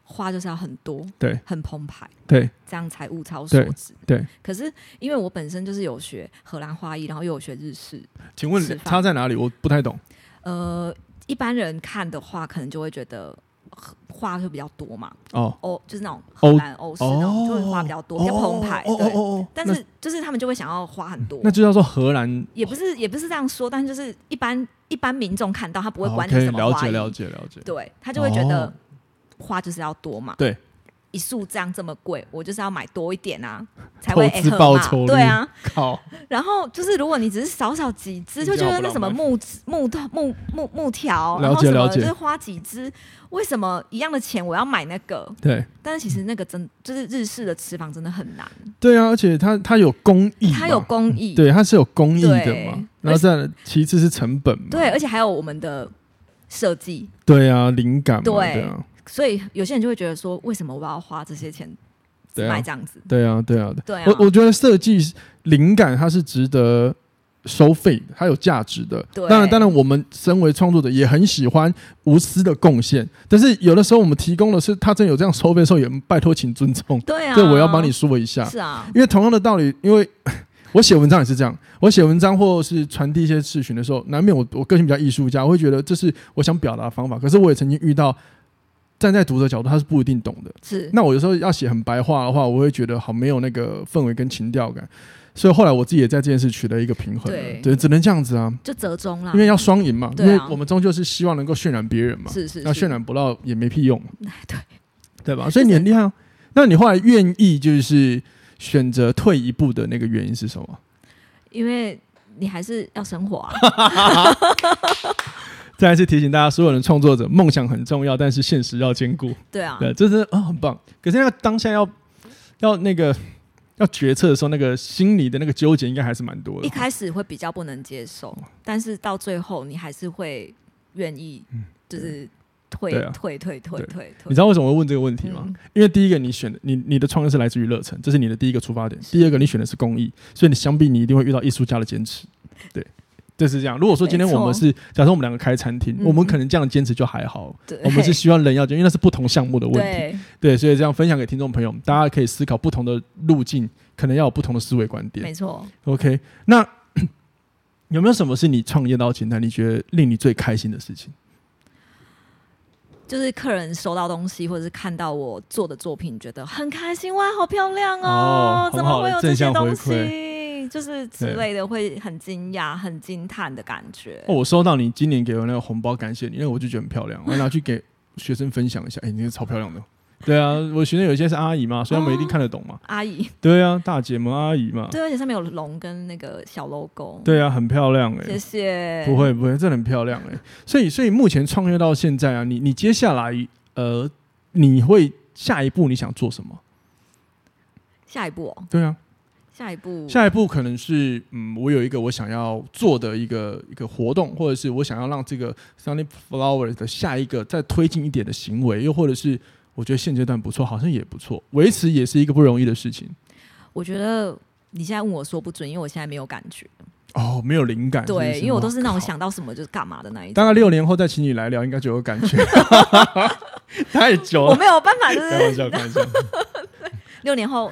花就是要很多，
对，
很澎湃，
对
这样才物超所值。
对，
可是因为我本身就是有学荷兰花艺，然后又有学日式，
请问
吃饭
差在哪里？我不太懂。
呃，一般人看的话，可能就会觉得呃花会比较多嘛，
哦，
欧就是那种
欧
荷兰欧式那种，就会花比较多，比较澎湃。
哦哦哦
对，
哦，
但
那
是就是他们就会想要花很多
那，就叫做荷兰。
也不是也不是这样说，但就是一般一般民众看到他不会管你
哦 OK，
什么
了
花
解了
艺，
解了解。
对他就会觉得
哦
花就是要多嘛。
对，
一束这样这么贵，我就是要买多一点啊，才
投
会
资
echo
报
嘛
酬率
对啊，
靠，
然后就是如果你只是少少几
你
枝，
这
就
样
觉得
好不
那
浪
什么
漫
木枝木头木木木条，然
了
后
解
什么
了解
就是花几枝，为什么一样的钱我要买那个？
对
但是其实那个真就是日式的吃法真的很难，
对啊，而且它它有工艺嘛，
它有工艺，
对，它是有工艺的
对
嘛。然后再来其次是成本嘛，
对而且还有我们的设计，
对啊，灵感嘛，
对
对啊，
所以有些人就会觉得说，为什么我要花这些钱
对啊
买这样子？
对啊，对啊，对
对啊，
我我觉得设计灵感它是值得收费的，它有价值的。
对
当然，当然，我们身为创作者也很喜欢无私的贡献，但是有的时候我们提供的是，他真有这样收费的时候，也拜托请尊重。
对啊，
这我要帮你说一下，
是啊，
因为同样的道理，因为 [laughs] 我写文章也是这样，我写文章或是传递一些事情的时候，难免我我个性比较艺术家，我会觉得这是我想表达的方法。可是我也曾经遇到站在读者角度，他是不一定懂的。
是
那我有时候要写很白话的话，我会觉得好没有那个氛围跟情调感，所以后来我自己也在这件事取得一个平衡了
对
只能这样子啊，
就折中啦
因，为要双赢嘛，因
对啊
为我们终究是希望能够渲染别人嘛，
是是
那
是
渲染不到也没屁用嘛，
[laughs] 对
对吧？所以你很厉害啊。那你后来愿意就是选择退一步的那个原因是什么？
因为你还是要生
[laughs]
活啊，
再一次提醒大家，所有人创作者梦想很重要，但是现实要兼顾。
对啊，
对，这是啊、很棒。可是那个当下要要那个要决策的时候，那个心里的那个纠结应该还是蛮多的
一。开始会比较不能接受，
嗯
但是到最后你还是会愿意，就是
嗯
退
对啊
退退退
对
退退。
你知道为什么会问这个问题吗？
嗯
因为第一个，你选的你你的创业是来自于热忱，这是你的第一个出发点；第二个，你选的是公益，所以你相比你一定会遇到艺术家的坚持。对，就是这样。如果说今天
没错
我们是假设我们两个开餐厅，
嗯
我们可能这样坚持就还
[laughs]
好。
对
我们是希望人要坚持，因为那是不同项目的问题。
对
对，所以这样分享给听众朋友，大家可以思考不同的路径，可能要有不同的思维观点。
没错，
OK，那 [coughs] 有没有什么是你创业到现在你觉得令你最开心的事情？
就是客人收到东西或者是看到我做的作品，觉得很开心哇，好漂亮
哦
哦，
很
怎
好的
么会有这
正
些
向回
东西？就是之类的，会很惊讶、很惊叹的感觉。
哦，我收到你今年给我那个红包，感谢你，因为我就觉得很漂亮，我拿去给学生分享一下。哎、你这个超漂亮的。对啊，我学生有一些是阿姨嘛，所以他们一定看得懂嘛。
阿姨，
对啊，大姐们、阿姨嘛，
哦对，而且上面有龙跟那个小 logo，，
对啊，很漂亮哎、
谢谢。
不，会不会，这很漂亮哎、所以所以目前创业到现在啊，你你接下来呃，你会下一步你想做什么？
下一步哦，
对啊，
下一步，
下一步可能是，嗯，我有一个我想要做的一个一个活动，或者是我想要让这个 Sunny Flowers 的下一个再推进一点的行为，又或者是我觉得现阶段不错，好像也不错，维持也是一个不容易的事情。
我觉得你现在问我说不准，因为我现在没有感觉。
哦，没有灵感，是不
对，
是
因为我都是那种。
哇
想到什么就是干嘛的那一
靠大
种。
概六年后再请你来聊，应该就有感 [laughs] 觉。太久
我
了，
没有办法，就
[laughs] 开玩
是
笑，开玩笑。
六年后，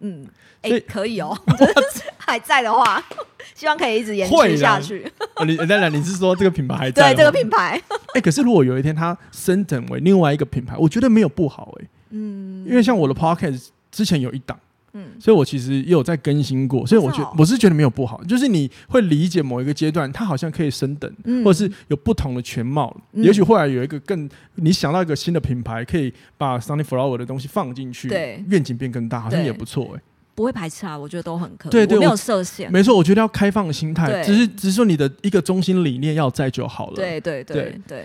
嗯，哎、
所以
可以哦，就是还在的话， [laughs] 希望可以一直延
会
续
啦
下去。
哦你当然你是说这个品牌还在
对
吗？
这个品牌，
[laughs] 哎、可是如果有一天它升等为另外一个品牌，我觉得没有不好哎、嗯，因为像我的 podcast 之前有一档，
嗯，
所以我其实也有在更新过，所以我觉
真的哦
我是觉得没有不好，就是你会理解某一个阶段，它好像可以升等，
嗯
或者是有不同的全貌。
嗯
也许后来有一个更你想到一个新的品牌，可以把 Sunny Flower 的东西放进去，
对
愿景变更大，好像
对
也不错哎、
不会排斥啊，我觉得都很可以。
对对
我没
我
有设限。
没错，我觉得要开放心态，
对
只是只是说你的一个中心理念要在就好了。
对对
对
对对，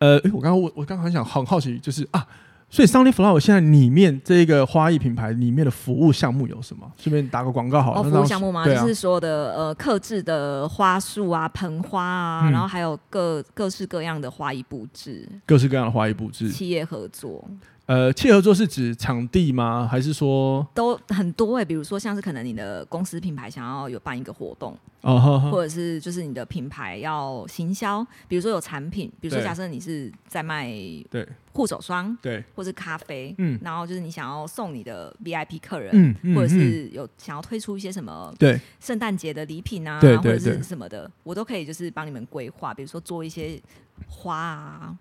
呃，诶我刚刚我我刚刚很想很好奇，就是啊，所以 Sunny Flower 现在里面这个花艺品牌里面的服务项目有什么？顺便打个广告好了。
哦，
那
服务
让
项目吗？
对啊、
就是所有的呃，克制的花束啊、盆花啊，
嗯
然后还有各各式各样的花艺布置，
各式各样的花艺布置。
企业合作，
呃，企业合作是指场地吗？还是说
都很多哎、比如说像是可能你的公司品牌想要有办一个活动，
哦呵呵
或者是就是你的品牌要行销，比如说有产品，比如说
对
假设你是在卖
对
护手霜
对，
或是咖啡，
嗯
然后就是你想要送你的 VIP 客人，
嗯，嗯
或
嗯
者是有想要推出一些什么
对
圣诞节的礼品啊，
对对
或者
对
是什么的，我都可以就是帮你们规划，比如说做一些花啊，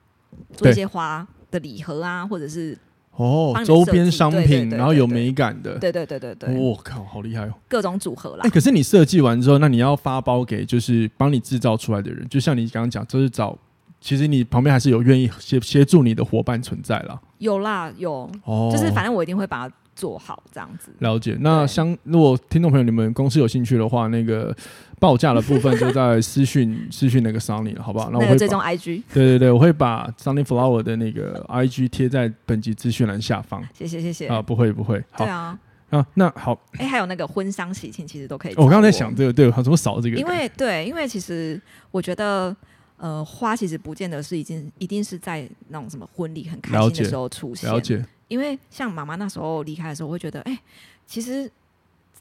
做
对
一些花的礼盒啊，或者是
哦
帮，你
周
设
边
计
商
对对
品，
对
然后
对
有
对
美感的，
对对对对对，
我靠，好厉害哦！
各种组合啦
哎，。可是你设计完之后，那你要发包给就是帮你制造出来的人，就像你刚刚讲，就是找，其实你旁边还是有愿意协协助你的伙伴存在啦。
有啦有，
哦，
就是反正我一定会把它做好这样子。
了解。那
对
相如果听众朋友你们公司有兴趣的话，那个报价的部分就在私讯 [laughs] 私讯那个 Sunny 了，好不好？那我
那
会
个最
把
终 IG，
对对对，我会把 Sunny Flower 的那个 IG 贴在本集资讯栏下方
谢谢谢谢。
啊，不会不会，好
对啊，
啊，那好，
哎、还有那个婚丧喜庆，其实都可以。
哦我刚刚在想，这个，对，我怎么扫这个？
因为对，因为其实我觉得，呃，花其实不见得是一定一定是在那种什么婚礼很开
了
心
解
的时候出现。
了解，
因为像妈妈那时候离开的时候，我会觉得，哎、其实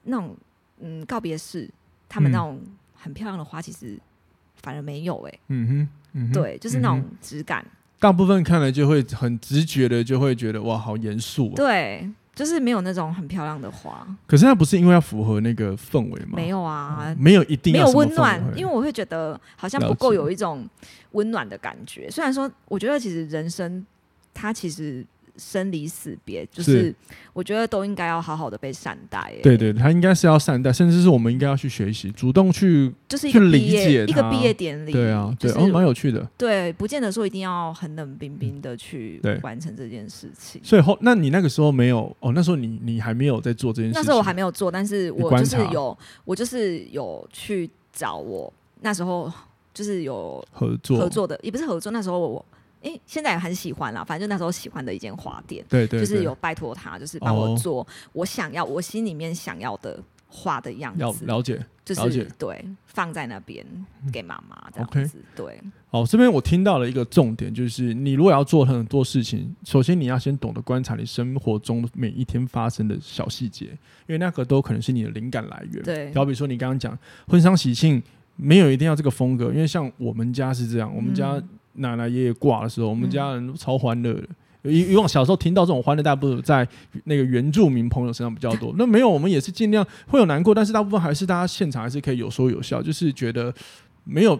那种嗯告别式，他们
嗯
那种很漂亮的花，其实反而没有哎、
嗯哼，嗯哼，
对，就是那
嗯
种质感。
大部分看来就会很直觉的就会觉得哇，好严肃、哦。
对，就是没有那种很漂亮的花，
可是那不是因为要符合那个氛围吗？
没有啊，
没有一定
没
要
有
什么
温
氛
暖
围，
因为我会觉得好像
了
不够
解
有一种温暖的感觉。虽然说，我觉得其实人生它其实生离死别，就是是我觉得都应该要好好的被善待、欸。
对，对，对他应该是要善待，甚至是我们应该要去学习，主动去。
就是一
去
个
理
毕业
解
一个
它
毕业典礼，
对啊，对，
就是、
哦，蛮有趣的。
对，不见得说一定要很冷冰冰的去
嗯对
完成这件事情。
所以后，那你那个时候没有哦？那时候你你还没有在做这件事情？
那时候我还没有做，但是我
观
就是
察
有，我就是有去找我那时候就是有
合作，
合，作的，也不是合作。那时候我，哎、现在也很喜欢啦，反正就那时候喜欢的一间花店，
对对，
就是
对
有拜托他，就是帮
哦
我做我想要、我心里面想要的花的样
要
子，
了解。
就
了解
是对放在那边给妈妈这
，OK
样子。对，
好，这边我听到了一个重点，就是你如果要做很多事情，首先你要先懂得观察你生活中每一天发生的小细节，因为那个都可能是你的灵感来源。
对
好比说你刚刚讲婚丧喜庆，没有一定要这个风格，因为像我们家是这样，我们家
嗯
奶奶爷爷挂的时候，我们家人超欢乐的。以以往小时候听到这种欢乐，大部分在那个原住民朋友身上比较多。那没有，我们也是尽量会有难过，但是大部分还是大家现场还是可以有说有笑，就是觉得没有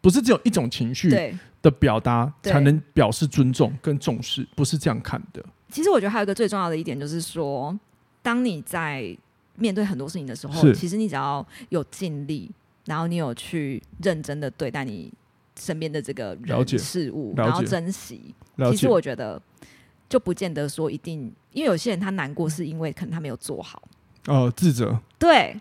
不是只有一种情绪
对。
的表达
对
才能表示尊重跟重视，不是这样看的。
其实我觉得还有一个最重要的一点就是说，当你在面对很多事情的时候，
是
其实你只要有尽力，然后你有去认真的对待你身边的这个
了解
人事物
了，解
然后珍惜。
了
其实
解，
我觉得就不见得说一定，因为有些人他难过是因为可能他没有做好，
呃，自责，
对，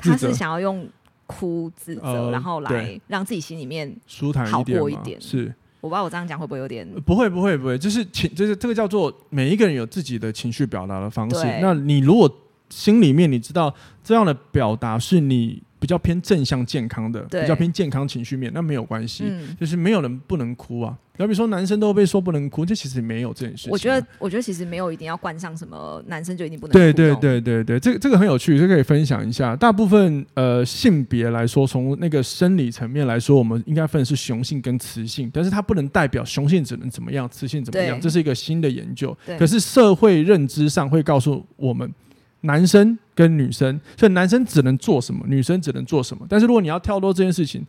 自责
他是想要用哭自责，
呃
然后来
对
让自己心里面，
舒坦一
好
点嘛，
过一点
是。
我不知道我这样讲会不会有点
呃不会，不会，不会，就是情，就是这个叫做每一个人有自己的情绪表达的方式
对。
那你如果心里面你知道这样的表达是你比较偏正向健康的，
对
比较偏健康情绪面，那没有关系。
嗯。
就是没有人不能哭啊，要比说男生都被说不能哭，这其实没有这件事情啊、
我觉得，我觉得其实没有一定要冠上什么男生就一定不能
对
哭这
对
种
对对对，这个这个很有趣，这个可以分享一下。大部分呃性别来说，从那个生理层面来说，我们应该分的是雄性跟雌性，但是它不能代表雄性只能怎么样，雌性怎么样，
对
这是一个新的研究。
对
可是社会认知上会告诉我们。男生跟女生，所以男生只能做什么，女生只能做什么。但是如果你要跳脱这件事情，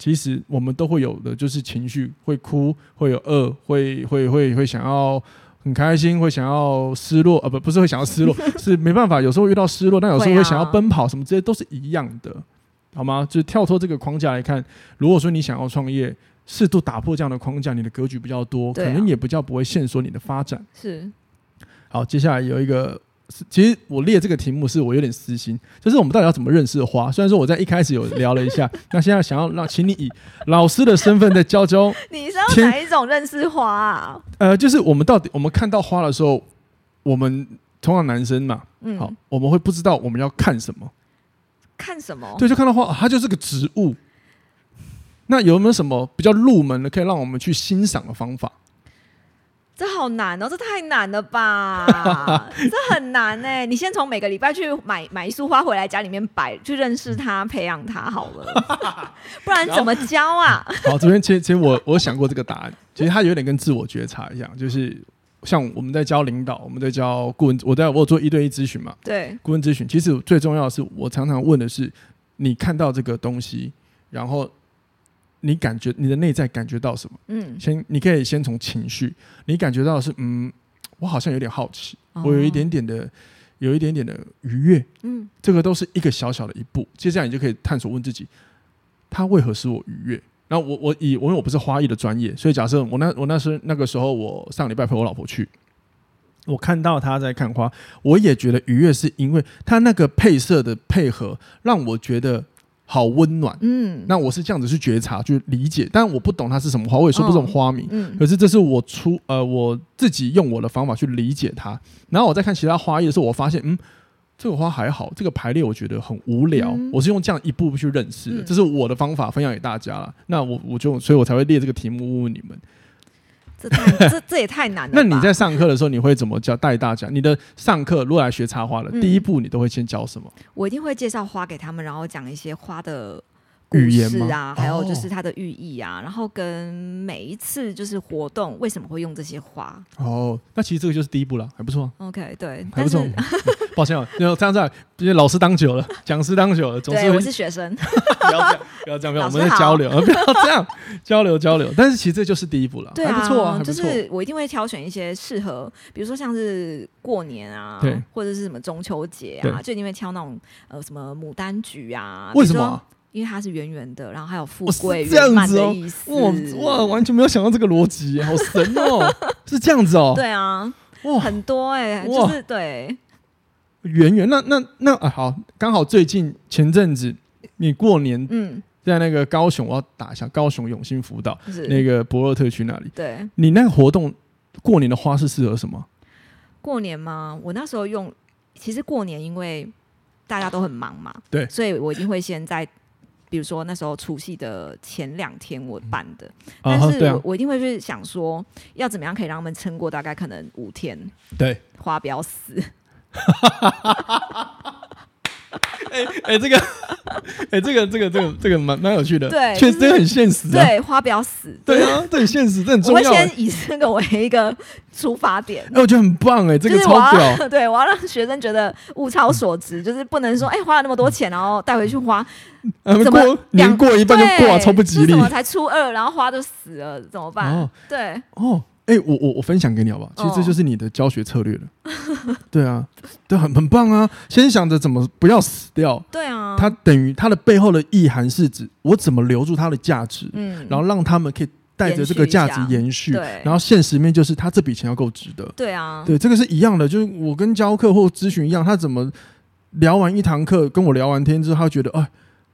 其实我们都会有的，就是情绪会哭，会有饿，会会会会想要很开心，会想要失落，呃，不不是会想要失
[laughs]
落，是没办法，有时候遇到失落，但有时候
会啊
会想要奔跑，什么这些都是一样的，好吗？就是跳脱这个框架来看，如果说你想要创业，适度打破这样的框架，你的格局比较多，可
对啊
能也比较不会限缩你的发展。
是 [laughs]
好，接下来有一个，是其实我列这个题目是我有点私心，就是我们到底要怎么认识花？虽然说我在一开始有聊了一下， [laughs] 那现在想要让，请你以老师的身份再教教，
你是要
天
哪一种认识花啊？
呃，就是我们到底我们看到花的时候，我们通常男生嘛，
嗯，
好，我们会不知道我们要看什么，
看什么？
对，就看到花，啊它就是个植物。那有没有什么比较入门的，可以让我们去欣赏的方法？
这好难哦，这太难
[laughs]
了吧？这很难哎、你先从每个礼拜去买买一束花回来家里面摆，去认识它、培养它好了，
[laughs]
不然怎么教啊？
好，这边其实其实我我想过这个答案，其实它有点跟自我觉察一样，就是像我们在教领导，我们在教顾问，我在我有做一对一咨询嘛，
[laughs] 对，
顾问咨询，其实最重要的是，我常常问的是，你看到这个东西，然后你感觉你的内在感觉到什么？
嗯，
先，你可以先从情绪，你感觉到的是，嗯，我好像有点好奇，
哦
我有一点点的，有一点点的愉悦，
嗯
这个都是一个小小的一步。接下来你就可以探索问自己，它为何使我愉悦？然后我我以我因为我不是花艺的专业，所以假设我那我那时那个时候我上礼拜陪我老婆去，我看到她在看花，我也觉得愉悦，是因为她那个配色的配合让我觉得好温暖。
嗯
那我是这样子去觉察去理解，但我不懂它是什么花，我也说不
哦
懂花名。
嗯，
可是这是我出呃我自己用我的方法去理解它，然后我在看其他花艺的时候，我发现嗯，这个花还好，这个排列我觉得很无聊，
嗯
我是用这样一步步去认识的，
嗯
这是我的方法分享给大家了。那我我就所以我才会列这个题目问问你们。
这
[laughs]
太这这也太难了吧。
那你在上课的时候，你会怎么教带大家？你的上课如果来学插花的，
嗯
第一步你都会先教什么？
我一定会介绍花给他们，然后讲一些花的故
语言
事啊
吗，
还有就是
哦
它的寓意啊，然后跟每一次就是活动为什么会用这些花。
哦，那其实这个就是第一步了，还不错啊。
OK，对，
还
但
不错
是，
[laughs] 抱歉啊，因为这样子啊，因为老师当久了， [laughs] 讲师当久了，总是
对
会
我是学生，
不要这样，不要这样，不要，
[laughs] 老
我
师
们在交流， [laughs] 不要这样，交流交流。但是其实这就是第一步了，
对啊，
还不错啊，还不
就
错。
是我一定会挑选一些适合，比如说像是过年啊
对，
或者是什么中秋节啊，
对
就一定会挑那种呃什么牡丹菊啊，
为什
比
么
如
啊
说？因为它是圆圆的，然后还有富
我是
贵
这样
圆满
子哦
的意思。
哇哇，完全没有想到这个逻辑，好神
[laughs]
哦！是这样子哦，
对啊，
哇，
很多哎、
哇
就是对，
圆圆，那那那啊，好，刚好最近前阵子你过年
嗯，
在那个高雄，我要打一下高雄永兴辅导
就是
那个博洛特区那里，
对
你那个活动过年的花是适合什么？
过年嘛，我那时候用，其实过年因为大家都很忙嘛，
对
所以我一定会先在，比如说那时候除夕的前两天我办的，
啊
但
哈，
是
对
我、
啊，
我一定会去想说，要怎么样可以让他们撑过大概可能五天，
对，
花不
[laughs]
要死，
哎，这个，哎，这个，这个，这个，这个蛮蛮有趣的，
对
确实
就是
这个很现实啊，
对，花不要死，
对啊，这很现实，这很
我
重
会
要欸。
先以这个为一个出发点。
哎，我觉得很棒 [laughs] 哎，这个
就是
超
我 [laughs]
屌。
要对我要让学生觉得物超所值，就是不能说哎、花了那么多钱，然后带回去花，
嗯
怎么
过年
两
[laughs] 过一半就
对
挂，超不吉
是
利
什么才初二，然后花就死了，怎么办？
哦
对，
哦。哎，我我我分享给你好不好？其实这
哦
就是你的教学策略了。
[laughs]
对啊，对，很很棒啊！先想着怎么不要死掉，
对啊，
它等于它的背后的意涵是指我怎么留住它的价值，
嗯
然后让他们可以带着这个价值延续。
对
然后现实面就是他这笔钱要够值得。
对啊，
对，这个是一样的，就是我跟教课或咨询一样，他怎么聊完一堂课，跟我聊完天之后，他觉得，哎，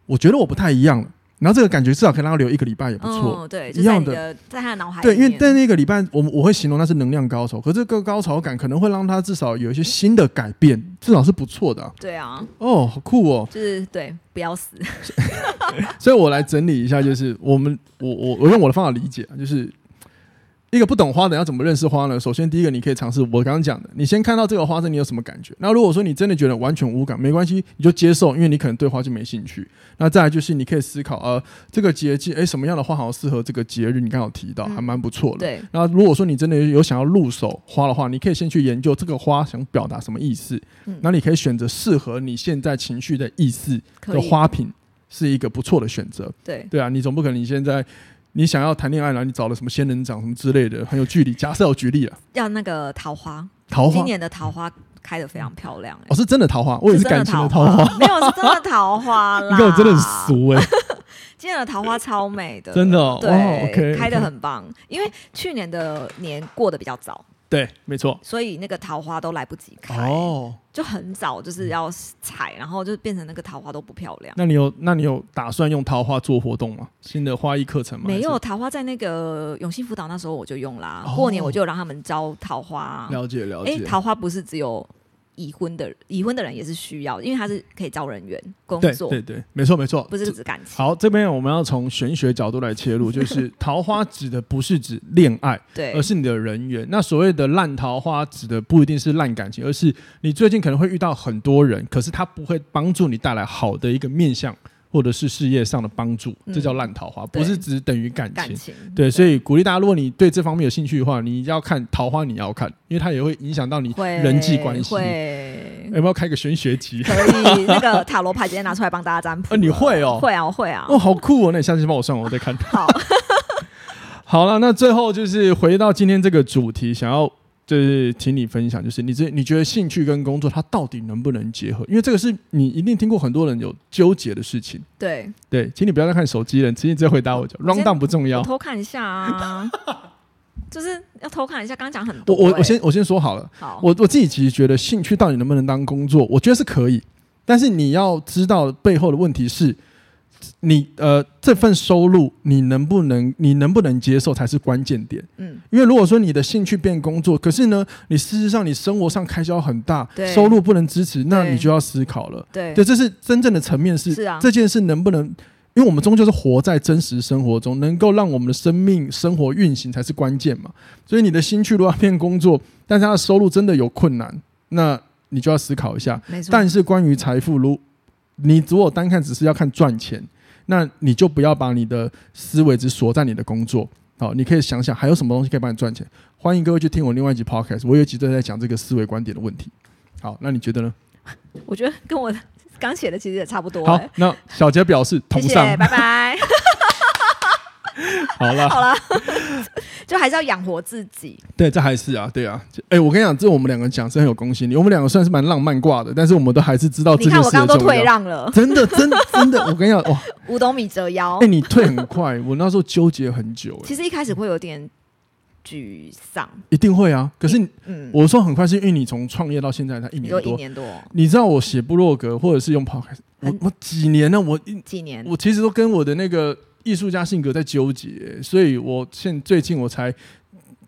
我觉得我不太一样了。然后这个感觉至少可以让他留一个礼拜，也不错。
嗯，对，
一
就在
样
你
的
的在他的脑海
对，
里
因为
面，
在那个礼拜，我们我会形容那是能量高潮，可这个高潮感可能会让他至少有一些新的改变，至少是不错的啊、
对啊，
哦，好酷哦！
就是对，不要死，
所以我来整理一下，就是我们我我我用我的方法理解啊，就是一个不懂花的人要怎么认识花呢？首先，第一个你可以尝试我刚刚讲的，你先看到这个花针你有什么感觉。那如果说你真的觉得完全无感，没关系，你就接受，因为你可能对花就没兴趣。那再来就是你可以思考，呃，这个节气，诶，什么样的花好像适合这个节日？你刚好提到，
嗯
还蛮不错的。 [laughs]
对，
那如果说你真的有想要入手花的话，你可以先去研究这个花想表达什么意思，
嗯
那你可以选择适合你现在情绪的意思
可
的
以，
花瓶是一个不错的选择。
对，
对啊，你总不可能你现在你想要谈恋爱，然后你找了什么仙人掌什么之类的，很有距离。假设有举例了，
要那个桃花，
桃花
今年的桃花开的非常漂亮，哎
哦是真的桃花，我也是
真
感情的
桃
桃花。，
[laughs] 没有是真的桃花啦，
你看我哦真的很俗
[laughs]
哎、
今年的桃花超美的，
真的哦
对
哇，OK，OK
开的很棒。因为去年的年过得比较早，
对，没错。
所以那个桃花都来不及开，
哦，
就很早就是要采，然后就变成那个桃花都不漂亮。
那你有那你有打算用桃花做活动吗？新的花艺课程吗？
没有
还
桃花，在那个永兴辅导那时候我就用啦，
哦
过年我就让他们招桃花
是。。了解了
哎，
解。
桃花不是只有已婚的已婚的人也是需要，因为他是可以招人员工
对
作，
对对，没错没错，
不是指感情。
好，这边我们要从玄学角度来切入，就是 [laughs] 桃花指的不是指恋爱，
对
而，是你的人缘。那所谓的烂桃花，指的不一定是烂感情，而是你最近可能会遇到很多人，可是他不会帮助你带来好的一个面向，或者是事业上的帮助，
嗯
这叫烂桃花，
对
不是只等于感情。
感情。
对，所以鼓励大家，如果你对这方面有兴趣的话，你要看桃花，你要看，因为它也会影响到你
会
人际关系。
会
要不要开个玄学集？
可以那个塔罗牌直接拿出来帮大家占卜
啊，。你会哦？
会啊，我会啊。
哦，好酷哦！那你下次帮我算完，我再看。
好，
[laughs] 好了，那最后就是回到今天这个主题，想要就是请你分享，就是你这你觉得兴趣跟工作它到底能不能结合？因为这个是你一定听过很多人有纠结的事情。
对，
对，请你不要再看手机了，请你直接回答我就。
我
round
先
down 不重要
我。偷看一
[laughs]
下啊，就是要偷看一下。刚刚讲很
我
多欸、
我我先我先说好了，
好，
我我自己其实觉得兴趣到底能不能当工作，我觉得是可以，但是你要知道背后的问题是。你呃，这份收入你能不能你能不能接受才是关键点。
嗯，
因为如果说你的兴趣变工作，可是呢，你事实上你生活上开销很大，
对
收入不能支持，那
对
你就要思考了。
对
对，这是真正的层面是
是啊
这件事能不能，因为我们终究是活在真实生活中，能够让我们的生命生活运行才是关键嘛。所以你的兴趣如果要变工作，但是他的收入真的有困难，那你就要思考一下。
没错。
但是关于财富，如你如果单看只是要看赚钱，那你就不要把你的思维只锁在你的工作。好，你可以想想还有什么东西可以帮你赚钱。欢迎各位去听我另外一集 podcast，我有一集都在讲这个思维观点的问题。好，那你觉得呢？
我觉得跟我刚写的其实也差不多、
好
欸。，
那小杰表示同
谢谢
上，，
拜拜。
[laughs]
[laughs]
好了，
好了，就还是要养活自己。
对，这还是啊，对啊，哎、我跟你讲，这我们两个讲是很有公信力，我们两个算是蛮浪漫挂的，但是我们都还是知哦道这
你
件
看我
事
刚
的
刚都
重
退
要。
让了，
[laughs] 真的，真的真的，我跟你讲，哇，
五斗米折腰
哎、。你退很快，我那时候纠结很久、哎，
其实一开始会有点沮丧，
一定会啊。可是你
嗯，
我说很快，是因为你从创业到现在才一
你
年
说一
多。
年多
你知道我写部落格或者是用 podcast，我
很
我几年了，我一
几年，
我其实都跟我的那个艺术家性格在纠结，所以我现最近我才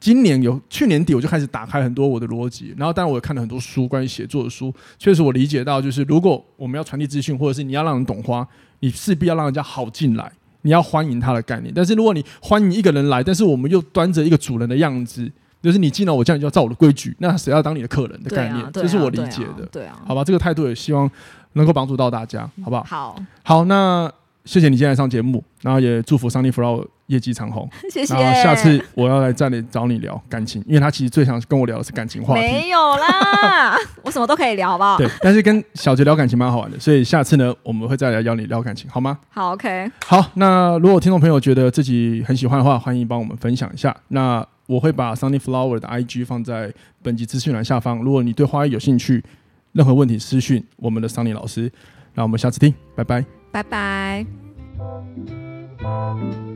今年有去年底我就开始打开很多我的逻辑，然后当然我也看了很多书关于写作的书，确实我理解到就是如果我们要传递资讯，或者是你要让人懂花，你势必要让人家好进来。你要欢迎他的概念，但是如果你欢迎一个人来，但是我们又端着一个主人的样子，就是你进来我家，你就要照我的规矩，那谁要当你的客人的
对
概
啊，
念，
对
这是
啊
我理
对啊
解的，
对啊，
好吧？这个态度也希望能够帮助到大家，好不好？
好，
好，那谢谢你今天来上节目，然后也祝福 Sunny Flower 业绩长虹。
[laughs] 谢谢。
然后下次我要来这里找你聊感情，因为他其实最想跟我聊的是感情话题。
没有啦， [laughs] 我什么都可以聊，好不好？
对，但是跟小杰聊感情蛮好玩的，所以下次呢，我们会再来邀你聊感情，好吗？
好，OK，
好，那如果听众朋友觉得自己很喜欢的话，欢迎帮我们分享一下。那我会把 Sunny Flower 的 IG 放在本集资讯栏下方，如果你对花艺有兴趣，任何问题私讯我们的 Sunny 老师。那我们下次听，拜拜。
拜拜。
thank you